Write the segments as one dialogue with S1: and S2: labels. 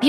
S1: 美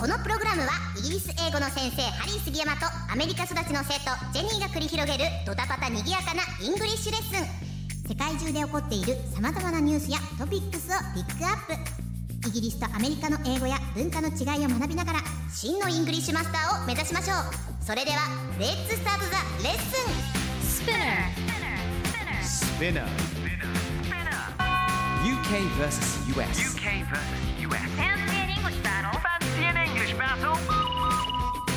S2: このプログラムはイギリス英語の先生ハリー杉山とアメリカ育ちの生徒ジェニーが繰り広げるドタパタにぎやかなイングリッシュレッスン世界中で起こっているさまざまなニュースやトピックスをピックアップイギリスとアメリカの英語や文化の違いを学びながら真のイングリッシュマスターを目指しましょうそれではレッツスタートザレッスン
S3: Spinner. UK versus US.
S4: UK versus US. Fancy an English battle. Fancy an English battle.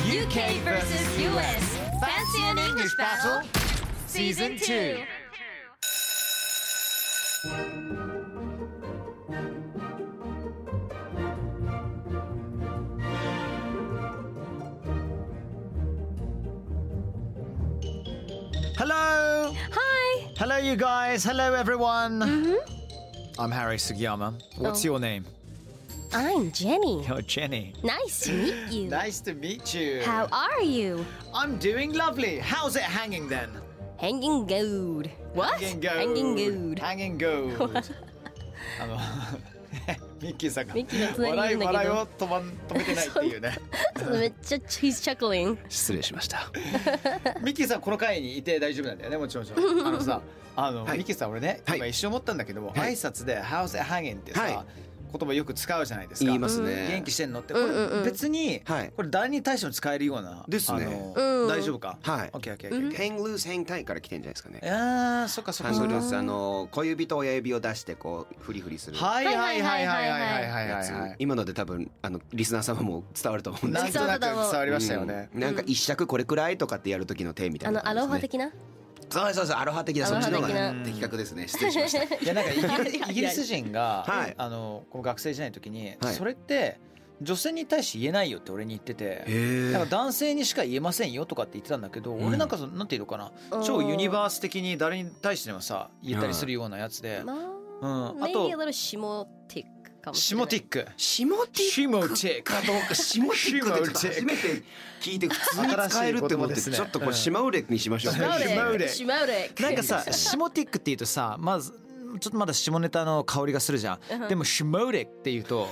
S3: UK versus US. Fancy an English battle? Season 2. Hello!
S5: Hi,
S3: Hello, you guys. Hello, everyone. I'm Harry Sugiyama. What's your name?
S5: I'm Jenny.
S3: You're Jenny.
S5: Nice to meet you.
S3: Nice to meet you.
S5: How are you?
S3: I'm doing lovely. How's it hanging then?
S5: Hanging good. What?
S3: Hanging good.
S5: good.
S3: Hanging good. あ のミッキーさんが
S5: ミッキーの
S3: 笑
S5: 隣
S3: い
S5: にいるんだ
S3: 笑
S5: け
S3: い
S5: ど
S3: を止まん止めてないっていうね
S5: めっちゃ he's chuckling.
S6: 失礼しました。
S3: ミッキーさんこの回にいて大丈夫なんだよねもちろんもち ろんあのさあの、
S6: はい
S3: ミッキーさん俺ね、
S6: はい
S3: 今一瞬思ったんだけども、
S6: はい
S3: 挨拶で「How's it hanging?」ってさ、
S6: はい
S3: 言葉よく使うじゃないですか
S6: 言います
S3: 元
S6: ね
S3: 気。してんのってこれ
S5: うんうんうん
S3: 別に、
S6: はい
S3: これ誰に対しても使えるような
S6: ですね
S3: あの
S5: うん
S3: 大丈夫か
S6: はい
S3: o k o k o k
S6: 変 loose 変態から来てんじゃないですかね。
S3: あーそっかそっ
S6: ハ
S3: か
S6: ング
S3: そっ
S6: ル
S3: か
S6: ースあの小指と親指を出してこうフリフリするや
S3: はいはいはいはいはいはいはいは
S6: つ
S3: いはい
S6: 今ので多分あのリスナー様も伝わると思うんです
S3: なんとなく伝わりましたよね、
S6: うんなんか一尺これくらいとかってやる時の手みた
S5: あ
S6: いな
S5: のア
S6: 感じですね、
S5: ロハ的な。
S6: そうそうそうアロハ的なそっちの方
S5: アロハ
S6: が
S3: な
S5: 的
S6: 的確ですね失礼しま した
S3: いやなんかイギリスイギリス 人が、
S6: はい
S3: あのこう学生時代の時に、
S6: はい
S3: それって女性に対して言えないよって俺に言ってて、なん
S6: え
S3: か男性にしか言えませんよとかって言ってたんだけど、
S6: うん
S3: 俺なんかそのなんていうのかな、
S5: うん
S3: 超ユニバース的に誰に対してもさ言ったりするようなやつで、
S5: まあ、
S3: うん、あ
S5: maybe a
S3: と
S5: little シモティックかもし
S3: シ
S5: れな
S3: モ
S5: い。
S3: ティック。
S6: シモティッ
S3: シモティック
S6: クかどうかシモティックってちょっと初めて聞いて普通に使えるって思って
S3: 新しい言葉ですね
S6: ちょっとこうシマウレにしましょう
S3: シマウレ
S6: シマウレ
S5: シモティック。
S3: なんかさ、シモティックって言うとさ、まずちょっとまだ下ネタの香りがするじゃん。でもシモレって言うと。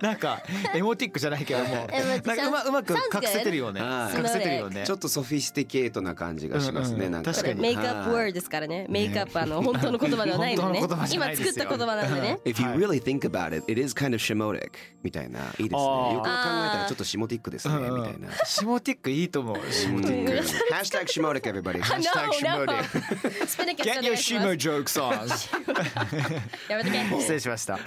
S3: なんかエモティックじゃないけども、
S5: エモ
S3: なん
S5: ティック
S3: かうまうまく隠せてるよね。
S6: Sounds good
S3: 隠せてるよね
S6: ちょ。っとソフィスティケートな感じがします
S3: うんう
S6: ね。
S3: ん
S6: なんか
S3: 確かに
S5: メイクアップワードですからね。メイクアッ プあの本当の言葉ではないのでね
S3: 本当の言葉。じゃな
S5: 今
S3: いです
S5: 作
S3: よ
S5: った言葉なのでね。
S6: If you really think about it, it is kind of shimotic みたいな。いいですね。
S3: あー
S6: よく考えたらちょっとシモティックですね
S3: うんうん
S6: みたいな。
S3: シモティックいいと思う。
S6: シモティック。Hashtag shimotic everybody.
S5: No,
S3: Hashtag
S5: no. スペネキャ
S3: Get
S5: スお
S3: your
S5: 願いし
S3: shimo
S5: ます。
S3: jokes on.
S5: やめとけ。
S3: 失礼しま した。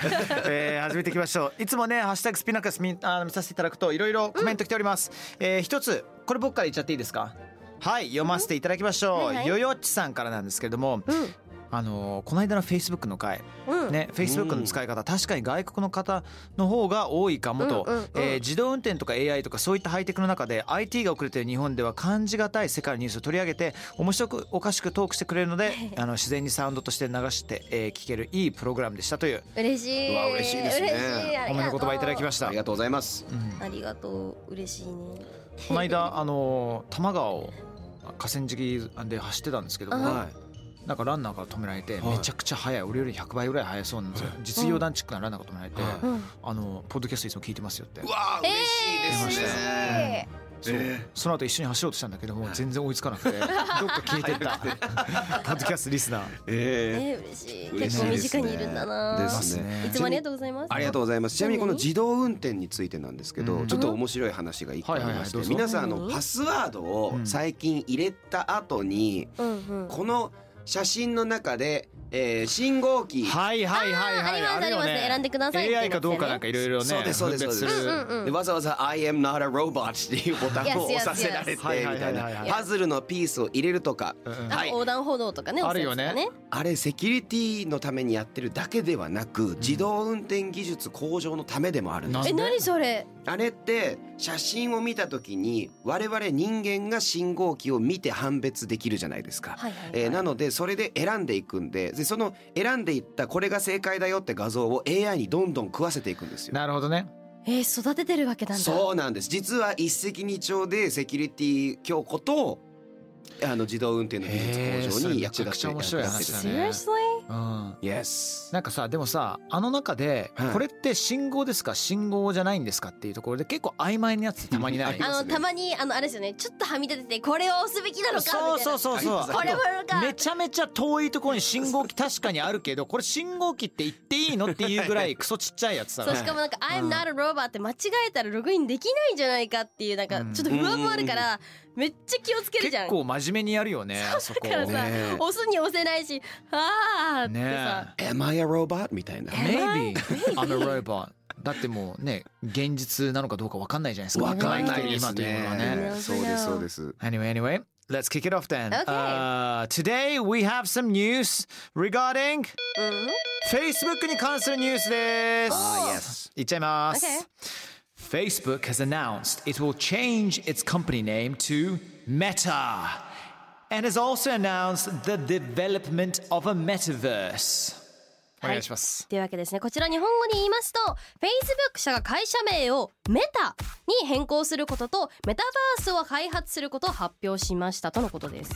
S3: えー、始めていきましょう。いつもね、ハッシュタグスピナカスみあの見させていただくといろいろコメント来ております。えー一つこれ僕から言っちゃっていいですか。はい、読ませていただきましょう。
S5: はいはい
S3: よよっちさんからなんですけれども、あのーこの間の Facebook の回、
S5: うん
S3: ね、Facebook の使い方、確かに外国の方の方が多いかもと、
S5: うんうんうん
S3: えー自動運転とか AI とかそういったハイテクの中で IT が遅れている日本では感じがたい世界のニュースを取り上げて面白くおかしくトークしてくれるのであの自然にサウンドとして流して、えー聞けるいいプログラムでしたという
S5: 嬉しい。
S6: うわ嬉しいですね
S5: 嬉しい。あ
S3: お
S5: り
S3: め
S5: が
S3: の
S5: と
S3: 言
S5: う
S3: 葉いただきました
S6: ありがとうございます。
S5: ありがとう。嬉しいね。
S3: この間あのー多摩川を河川敷で走ってたんですけども、
S5: うん
S6: は
S3: なんかランナーが止められて
S6: はい
S3: めちゃくちゃ速い、俺より100倍ぐらい速そうなんですよ実業団チックなランナーが止められて、
S6: はい
S5: うん
S3: あのポッドキャストいつも聞いてますよって
S6: い。うわあ嬉しいですね。
S3: そう
S6: え
S3: その後一緒に走ろうとしたんだけども全然追いつかなくてどっか消えてったポッドキャストリスナー
S6: え
S5: えー嬉しい。
S6: 嬉しい
S5: 結構身近にいるんだな。
S6: で
S3: ます
S6: すね。
S3: ね
S5: いつもありがとうございます。
S6: ありがとうございます。ちなみにこの自動運転についてなんですけ
S3: う
S6: ど、
S3: ん
S6: ちょっと面白い話が一個あり
S3: はい
S6: ま
S3: はい
S6: し
S3: ど
S6: て
S3: う、ぞ
S6: 皆さんあの
S5: 何
S6: パスワードを最近入れた後に
S5: うんうん。
S6: この写真の中でえー信号機
S3: はいはいはい
S5: あ
S3: はい
S5: りますあります選んでくださいって
S3: AI かどうかなんかいろいろね
S6: そうですそうですそうです
S3: 分別る
S5: うんうん
S6: でわざわざ「I am not a robot」っていうボタンを
S5: Yes, yes,
S6: 押させられて
S5: yes.
S6: みたい
S3: はいはいはいは
S6: ないパズルのピースを入れるとか
S3: うんうん
S5: あ
S6: はい
S5: 横断歩道とかね
S3: あるよね
S5: お伝えとか
S6: あれセキュリティのためにやってるだけではなく自動運転技術向上のためでもあるんです
S5: え何それ
S6: あれって写真を見た時に我々人間が信号機を見て判別できるじゃないですか。
S5: はいはいはい
S6: えーなのでそれで選んでいくんででその選んでいったこれが正解だよって画像を AI にどんどん食わせていくんですよ。
S3: なるほどね
S5: えー育ててるわけなんだ
S6: そうなんです実は一石二鳥でセキュリティ強化とあの自動運転の技術向上に役立って
S3: へーそれめちゃくちゃ面白い話だね
S5: Seriously?
S3: うん
S6: イエス
S3: なんかさでもさあの中で
S6: はい
S3: これって信号ですか信号じゃないんですかっていうところで結構曖昧なやつたまにない
S6: うん
S5: あのたまにあのあれですよねちょっとはみ出ててこれを押すべきなのかみたいな
S3: そうそうそうそう
S5: これはあるか
S3: めちゃめちゃ遠いところに信号機確かにあるけどこれ信号機って言っていいのっていうぐらいクソちっちゃいやつだ
S5: そう
S3: ね
S5: しかもなんか「
S3: い
S5: I'm not a robot」って間違えたらログインできないんじゃないかっていうなんか
S3: うん
S5: ちょっと不安もあるからめっちゃ気をつけるじゃ
S3: 結
S5: ん
S3: 構真面目にやるよねそこ
S5: だからさ
S6: ね
S5: 押すに押せないし「あー」って
S3: ね
S5: さ
S6: Am I a robot? みたいな。
S3: Maybe I'm a robot だってもうね現実なのかどうかわかんないじゃないですか
S6: わかんないですね。
S3: 今というものはね
S6: そうですそうです。
S3: Anyway, anyway, let's kick it off then.
S5: Okay.
S3: Uh, today we have some news regarding Facebook に関するニュースです。
S6: Mm-hmm. Ah, yes.
S3: いっちゃいます。Facebook has announced it will change its company name to Meta and has also announced the development of a metaverse. お願いします。
S5: というわけですねこちら日本語に言いますと Facebook 社が会社名をメタに変更することとメタバースを開発することを発表しましたとのことです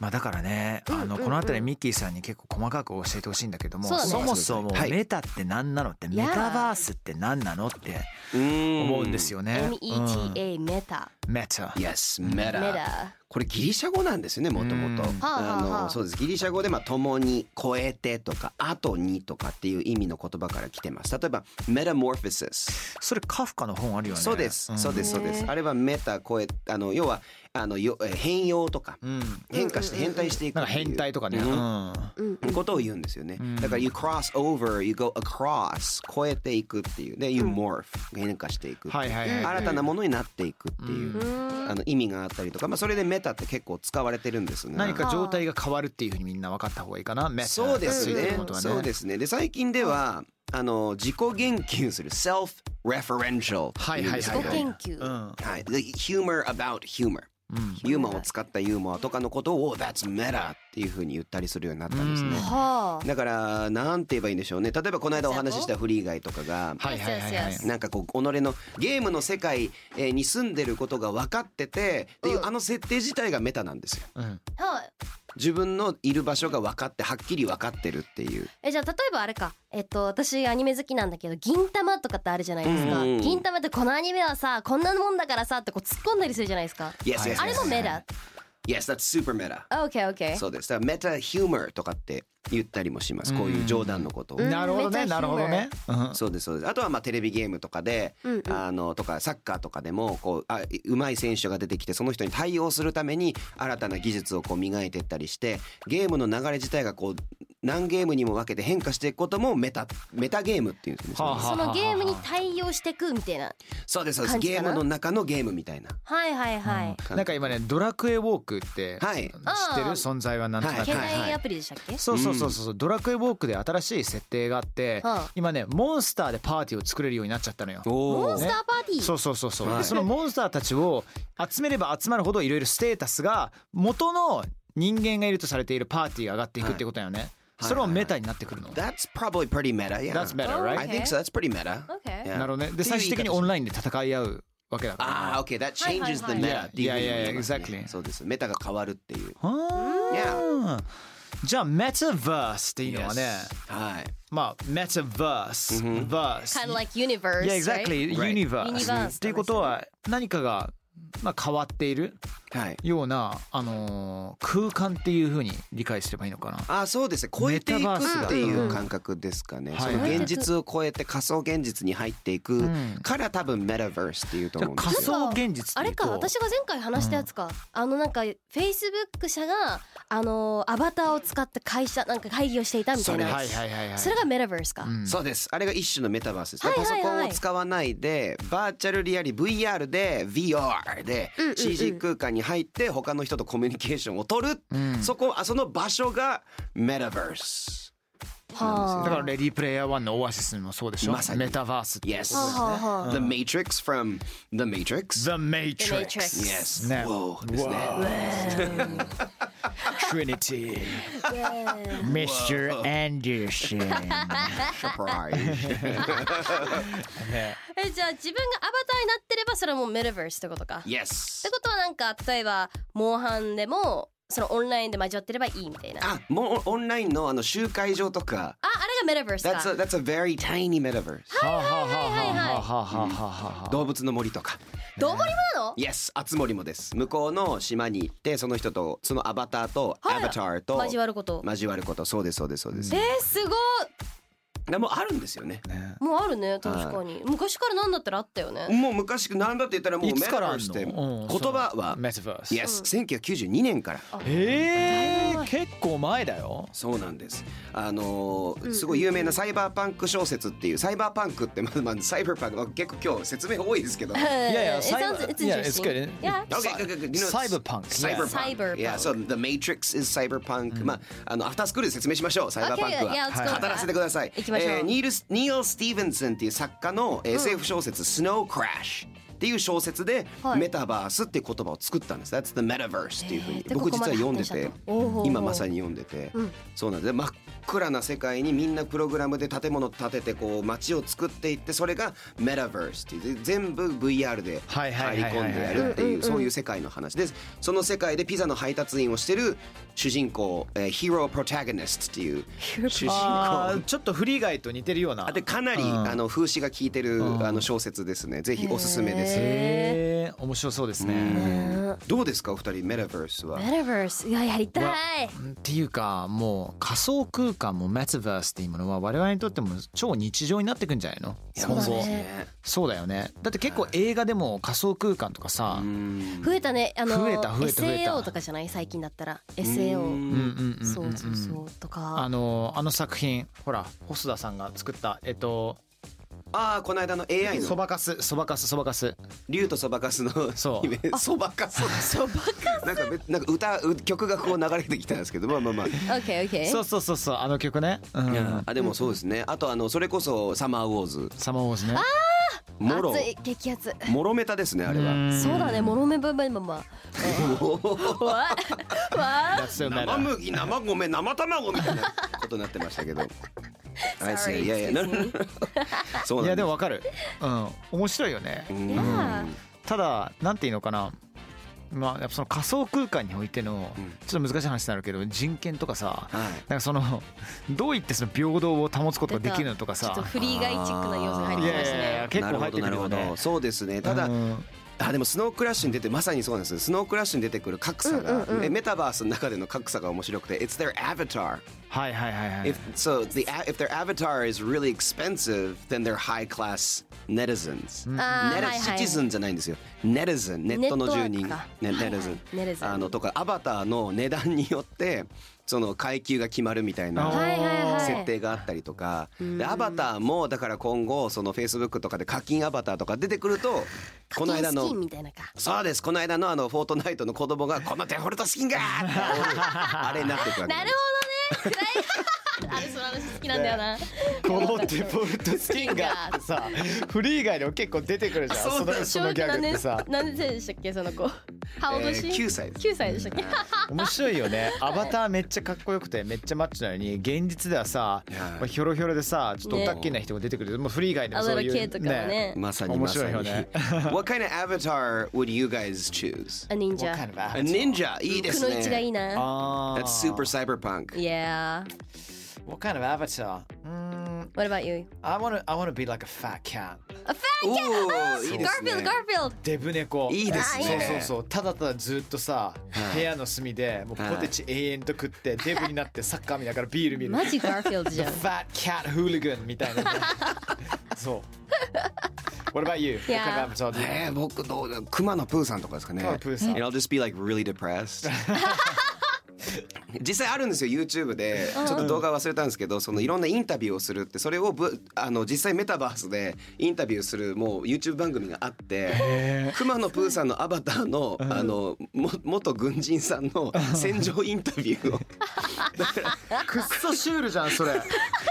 S3: まあだからね、あのこのあたりミッキーさんに結構細かく教えてほしいんだけども、
S5: そうだね
S3: そもそも
S6: はい
S3: メタって何なのって、メタバースって何なのって思うんですよね。うん
S5: META メタ
S3: メタ。
S6: Yes, meta.
S5: メタ
S6: これギリシャ語なんですよね、もともと
S3: うん。
S5: はあはあは
S6: あ
S5: あ
S6: の、そうです。ギリシャ語で、まあ、共に、超えてとか、後にとかっていう意味の言葉から来てます。例えば、metamorphosis。
S3: それカフカの本あるよね。
S6: そうです。
S3: ん
S6: そうです。そうです。あれはメタ、超え、あの、要は、あの、よえ変容とか、
S3: うん。
S6: 変化して変態していく
S3: な
S6: っ
S3: んか
S6: ていう。
S3: 変態とかね。う
S6: うん
S3: ん。
S6: ことを言うんですよね。だから、you cross over, you go across, 超えていくっていう。で、you morph, 変化していくっていう。
S3: はいはいはい。
S6: 新たなものになっていくっていう、あの意味があったりとか、まあ、それでメタって結構使われてるんですが
S3: 何か状態が変わるっていうふうにみんな分かった方がいいかな。メタ。
S6: そうです
S3: ってい
S6: ね
S3: うことはね。
S6: そうですねで最近ではあの自己言及する self referential
S3: はいはいはい
S5: 自己研究、
S3: うん。
S6: はい、で humor about humor
S3: うん。
S6: ユーモアを使ったユーモアとかのことを「Oh, that's meta」っていうふうに言ったりするようになったんですね。
S5: はあ
S6: だからなんて言えばいいんでしょうね例えばこの間お話ししたフリーガイとかが
S3: はいはいはいはい
S5: Yes, yes, yes。
S6: なんかこう己のゲームの世界えーに住んでることが分かっててっていうあの設定自体がメタなんですよ。
S3: うん。
S5: はい
S6: 自分のいる場所が分かってはっきり分かってるっていう。
S5: えじゃあ例えばあれかえっと私アニメ好きなんだけど銀玉とかってあるじゃないですか、
S6: うんうん
S5: 銀玉ってこのアニメはさこんなもんだからさってこう突っ込んだりするじゃないですか
S6: Yes, yes,
S5: あれも
S6: yes.
S5: メダ
S6: Yes, that's super meta.
S5: OKOK、okay, okay
S6: そうです。だからメタヒューマーとかって言ったりもします。こういう冗談のことを。
S5: うん
S3: なるほどね。
S5: メタ
S3: なるほどね。うん。
S6: そうですそうです。あとはまあテレビゲームとかで、
S5: うんうん
S6: あのとかサッカーとかでもこうあうまい選手が出てきてその人に対応するために新たな技術をこう磨いていったりしてゲームの流れ自体がこう何ゲームにも分けて変化していくこともメタメタゲームっていうんですね。
S3: はあはあ
S5: そのゲームに対応してくみたいな
S6: そうですそうです。
S5: 感じ
S6: ゲ
S5: か
S6: ー
S5: な
S6: ムの中のゲームみたいな。
S5: はいはいは
S6: 感
S5: い、
S6: じ
S3: なんか今ね、ドラクエウォークって、
S6: はい
S3: 知ってる
S5: あー
S3: 存在はなんとな
S6: はい
S3: く。
S5: 携
S6: はい
S5: 帯アプリでしたっけ、
S3: そうそうそうそう、うドラクエウォークで新しい設定があって、
S5: はあ
S3: 今ねモンスターでパーティーを作れるようになっちゃったのよ。
S6: お
S5: モンスターパーティー、
S3: そうそうそうそう、
S6: はい
S3: でそのモンスターたちを集めれば集まるほどいろいろステータスが元の人間がいるとされているパーティーが上がっていくってことだよね、
S6: はい
S3: それもメタになってくるの、
S6: That's probably pretty meta. Yeah.
S3: That's better
S5: Oh,
S3: right、
S6: I think so. That's pretty meta.
S5: Okay.
S6: Yeah.
S3: なるほどねで最終的にオンラインで戦い合うわけだから
S6: ああ、OK。That changes the
S5: はいはい
S3: は
S6: meta.
S3: い
S6: っていうふうに
S3: Yeah, yeah, yeah,
S6: 言いますね
S3: exactly.
S6: そうです。メタが変わるっていう。
S3: はあじゃあメタバースっていうのはね、
S6: はい。
S3: まあメタバース、バース
S5: Kind of like universe
S3: Yeah, exactly.
S6: Right.
S3: Universe.
S5: Universe
S3: っていうことは何かがまあ変わっている。
S6: はい
S3: ような、あのー空間っていうふうに理解すればいいのかな。
S6: あそうですね超えてい
S3: メタ
S6: く
S3: バース
S6: っ
S3: だ
S6: ていう感覚ですかね、
S3: うん
S6: その現実を超えて仮想現実に入っていく
S3: ん
S6: から多分メタバースっていうと
S3: じゃ
S6: 思
S3: あ
S6: うんで
S3: 仮
S6: すよ
S3: 想現実
S5: あ
S3: ってい
S5: れ
S3: うと
S5: か私が前回話したやつか、あのなんかフェイスブック社があのアバターを使って会社なんか会議をしていたみたいな
S3: はいはいはいはい。
S5: それがメタバースか、
S3: うん
S6: そうですあれが一種のメタバースですね、
S5: はいはいはい
S6: パソコンを使わないでバーチャルリアリ VR で VR で
S5: うんうんうん
S6: CG 空間に入って他の人とコミュニケーションを取る、
S3: うん
S6: そこあその場所がメタバース
S3: だからレディープレイヤー1のオアシスもそうでしょ
S6: まさに
S3: メタバースっていうこ
S6: Yes
S3: とだよね
S5: はあはあ
S6: The Matrix from The Matrix
S3: The Matrix.
S6: Yes
S3: ね
S6: Whoa ですね
S3: Trinity. Mr. Anderson.
S6: Surprise
S5: えじゃあ自分がアバターになってればそれはもうメタバースってことか、って
S6: Yes
S5: ことはなんか例えばモンハンでもそのオンラインで交わってればいいみたいなあ
S6: あもうオンラインのあの集会場とか
S5: あれがメタバースか
S6: That's a, that's a very tiny metaverse
S3: はあはあはあはあはあはあはあはあ
S6: 動物の森とか
S5: どうもりもなの
S6: Yes あつ森もです向こうの島に行ってその人とそのアバターと
S5: はい
S6: アバターと
S5: 交わること
S6: 交わることそうですそうですそうです
S5: えー、すごい
S6: でもあるんですよね
S5: もうあるね確かに昔からなんだったらあったよね
S6: もう昔なんだって言ったらもう
S3: い
S6: メ
S3: つ
S6: タ
S3: から
S6: バ
S3: あ
S6: ー
S3: る
S6: スっ
S3: の
S6: て言
S3: うん
S6: 葉
S3: そ
S6: は
S3: のメタバース。
S6: Yes 1992年から
S3: えー、結構前だよ。
S6: そうなんです。あのーすごい有名なサイバーパンク小説っていうサイバーパンクってまあまあサイバーパンクまあ結構今日説明多いですけど。
S5: い
S3: Yeah, yeah,
S5: it
S3: cyber-
S5: sounds- it's
S3: yeah,
S5: interesting.
S3: it's good.
S5: Yeah.
S6: Okay, okay, okay. You know,
S3: Cyberpunk.
S6: Cyberpunk.
S5: Cyberpunk.
S6: Yeah, so the Matrix is cyberpunk. まあ、あの、アフタースクールで説明しましょう、サイバーパンク
S5: Okay, yeah,
S6: は。
S5: let's go
S6: 語らせてください。
S5: 行きましょう
S6: えーニールス・ニール・スティーブンソンっていう作家のえー SF 小説、Snow Crash っていう小説で、
S5: はい
S6: メタバースっていう言葉を作ったんです。That's the metaverse っていうふうに
S5: え。ー
S6: 僕実は読んで
S5: で
S6: て
S5: ここまで発展したとおうおうおう、
S6: 今まさに読んでて、そうなんですで真っ暗な世界にみんなプログラムで建物建てて、こう、街を作っていって、それがメタバースっていう、で全部 VR で入
S3: はい
S6: り
S3: はいはいはいはい
S6: 込んでやるっていうそういう世界の話ですその世界でピザの配達員をしてる主人公、えー、ヒーロープロタゴニストっていう主人
S3: あー
S6: 公
S3: ちょっとフリーガイと似てるような。
S6: あでかなり、
S3: うん
S6: あの風刺が効いてるあの小説ですねぜひおすすめです、
S3: えー、面白そうですね。
S6: どうですかお二人メタバースは
S5: メタバースいややりたい
S3: っていうかもう仮想空間もメタバースっていうものは我々にとっても超日常になってくんじゃないの
S5: そうだね
S3: そうだよねだって結構映画でも仮想空間とかさ、
S6: う
S3: うん
S6: ん
S5: 増えたねあの
S3: 増えた増えた増えた
S5: SAO とかじゃない最近だったら
S6: う
S5: SAO
S3: うんう
S6: ん
S3: んうんうん
S5: そうそうそうと
S3: あ
S5: か
S3: のあの作品ほら細田さんが作ったえっと
S6: ああこの間の AI
S3: そ
S6: の
S3: ばかすそばかすそばかす
S6: 竜とそばかすの
S3: そう
S6: 姫そばかすそばかすなんか別なんか歌う曲がこう流れてきたんですけどまあまあまあ
S5: OKOK
S3: そうそうそうそうあの曲ね、うん
S6: いやあでもそうですねあとあのそれこそサマーウォーズ
S3: サマーウォーズね
S6: もろ
S5: 熱い激熱
S6: もろメタですねあれは
S5: そうだねもろめばばばば ばわあわあ
S3: That's so
S6: 生
S3: meta
S6: 麦生米生卵みたいなことになってましたけど I see いやいやなるほどそうなん
S3: いやでも
S6: も
S3: わかるうん面白いよね
S5: いや
S3: ただなんていうのかなまあやっぱその仮想空間においての
S6: うん
S3: ちょっと難しい話になるけど人権とかさ
S6: はい
S3: なんかその どういってその平等を保つことができるのとか
S5: ちょっと
S3: さ
S5: フリーガイチックな要素が入っ
S3: い
S5: てきま
S3: やい
S5: し
S3: や
S5: た
S3: い
S5: ね
S3: や結
S6: な
S3: 構
S6: るほ
S3: 入っ
S6: ど
S3: てく
S6: なる
S3: るよ
S6: ほど
S3: ね
S6: そうですねただ
S3: うん
S6: あでもスノークラッシュに出てまさにそうなんですスノークラッシュに出てくる格差がえメタバースの中での格差が面白くて It's their avatar
S3: はいはいはいはい
S6: If so, the a- if their avatar is really expensive, then they're high class netizens.
S5: あ
S6: Neti-
S5: ーはいはい
S6: citizen じゃないんですよ。netizen ネットの住人、
S5: ネッ
S6: ね
S5: ト
S6: netizen
S5: ワークか、はいはい netizen
S6: あのとかアバターの値段によってその階級が決まるみたいな。
S5: はいはいはい
S6: 設定があったりとか、でアバターもだから今後そのフェイスブックとかで課金アバターとか出てくるとこの間
S5: 課金
S6: の
S5: スキンみたいなか
S6: そうですこの間のあのフォートナイトの子供がこのデフォルトスキンがーって煽る あれになってくわけ
S5: なるほどね暗いあれその話好きなんだよ な
S3: このデフォルトスキンガーってさフリー以外でも結構出てくるじゃんそのそのギャグってさ
S5: 何年生でしたっけその子 How old
S6: え
S5: was
S6: ー
S5: she?
S6: 9歳
S5: 9歳でしたっけ
S3: 面白いよねアバターめっちゃかっこよくてめっちゃマッチョなのに現実ではさ、
S6: い
S3: まあ、ヒョロヒョロでさちょっとオタッキーな人が出てくる、もうフリー以外でも
S5: ア
S3: そ
S5: ド
S3: う
S5: ラ
S3: いう
S5: 系とかもね
S6: まさに
S3: 面
S6: まさ
S3: 白い
S6: に。
S3: よね
S6: What kind of avatar would you guys choose?
S5: A ninja
S3: What kind of
S6: A
S3: avatar?
S6: ninja! いいで
S5: く
S6: す
S5: の位置がい
S6: ね。
S5: いな
S3: あ
S6: That's super cyberpunk.
S5: Yeah
S3: What kind of avatar? うーん Mm,
S5: What about you?
S3: I want to I want to be like a fat cat.
S6: おーいいですね
S5: Garfield, Garfield!
S3: デブ猫。
S6: いいですね
S3: そうそうそう。ただただずっとさ
S6: はい、
S3: 部屋の隅でもうポテチ永遠と食 ってデブになってサッカー見ながらビール見る。
S5: マジ Garfield じゃ ん。
S3: ファッキャットフーリガンみた いなね。そう。What about you?
S5: Yeah.
S3: 岡田さん
S6: えー、僕どうだ熊野プーさんとかですかね。
S3: 熊野プーさん
S6: And I'll just be like really depressed. 実際あるんですよ YouTube でちょっと動画忘れたんですけどそのいろんなインタビューをするってそれをぶあの実際メタバースでインタビューするもう YouTube 番組があって熊野プーさんのアバターのあのも元軍人さんの戦場インタビューを
S3: くっそシュールじゃんそれ。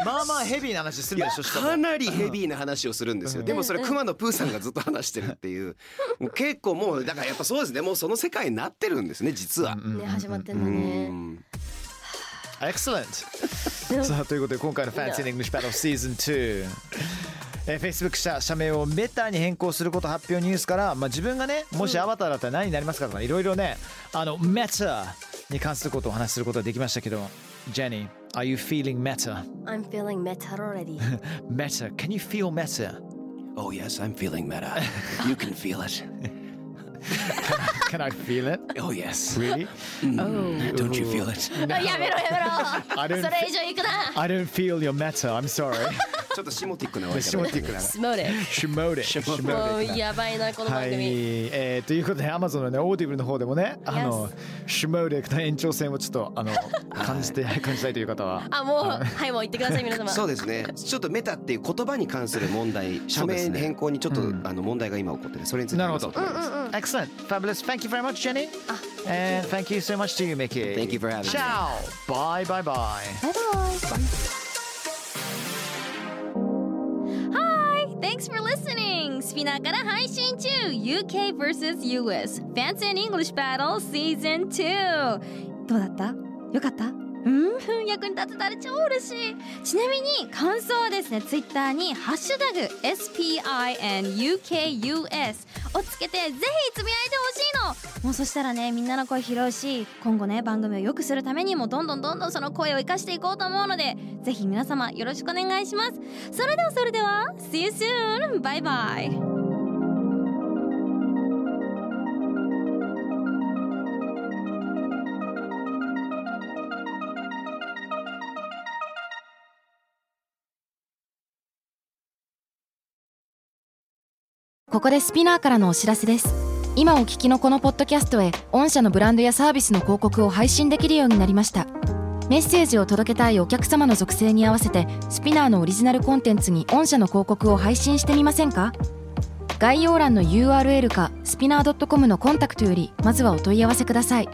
S3: まあまあヘビーな話するでしょしかも
S6: かなりヘビーな話をするんですよでもそれ熊野プーさんがずっと話してるっていうもう結構もうだからやっぱそうですねもうその世界になってるんですね実は。
S5: ね、始まってんだ
S6: う
S5: ね。
S6: ん
S3: Excellent! さあということで今回の Fancy in English Battle Season 2。えー Facebook 社社名をメタに変更すること発表ニュースから、まあ、自分がねもしアバターだったら何になりますかとかいろいろねあのメタに関することをお話しすることができましたけど Jenny Are you feeling meta?
S5: I'm feeling metal already.
S3: Meta Can you feel meta?
S6: Oh yes, I'm feeling meta. You can feel it.
S3: Can I feel it?
S6: Oh yes.
S3: Really?
S6: Don't you feel it?
S5: やめろやめ
S3: I
S5: ろ
S3: don't
S5: それ以上行くな
S3: I don't feel your meta I'm sorry
S6: ちょっとシモティックな話
S3: シモティックな
S5: スモーレ。
S3: シモティックな
S5: もうやばいな、この
S3: は
S5: 番
S3: い、
S5: 組。
S3: えー、ということで Amazon のねオーディブルの方でもねあの、シュモーレクの延長線をちょっとあの感じて、感じたいという方は
S5: あ、もう、はい、もう行ってください、皆様。
S6: そうですね。ちょっとメタっていう言葉に関する問題、社
S3: そうで
S6: 名
S3: すね
S6: 変更にちょっと、
S3: うん
S6: あの問題が今起こってて、それについて
S3: なるほど、
S6: 話そうと思います
S3: Excellent fabulous thank you very much Jenny and thank you so much to you Mickey
S6: Thank you for having me.
S3: ciao bye bye bye
S7: Hi! Thanks for listening! スピナーから配信中 !UK vs.US Fancy and English Battle Season 2! どうだったよかったうん役に立てたら超嬉しいちなみに感想はですね、Twitter にハッシュタグ SPINUKUS をつけてぜひつぶやいてほしいのもうそしたらね、みんなの声拾うし今後ね、番組を良くするためにもどんどんどんどんその声を生かしていこうと思うのでぜひ皆様よろしくお願いしますそれではそれでは See you soon! バイバイ
S8: ここでスピナーからのお知らせです今お聞きのこのポッドキャストへ御社のブランドやサービスの広告を配信できるようになりましたメッセージを届けたいお客様の属性に合わせてスピナーのオリジナルコンテンツに御社の広告を配信してみませんか概要欄の URL かスピナー .com のコンタクトよりまずはお問い合わせください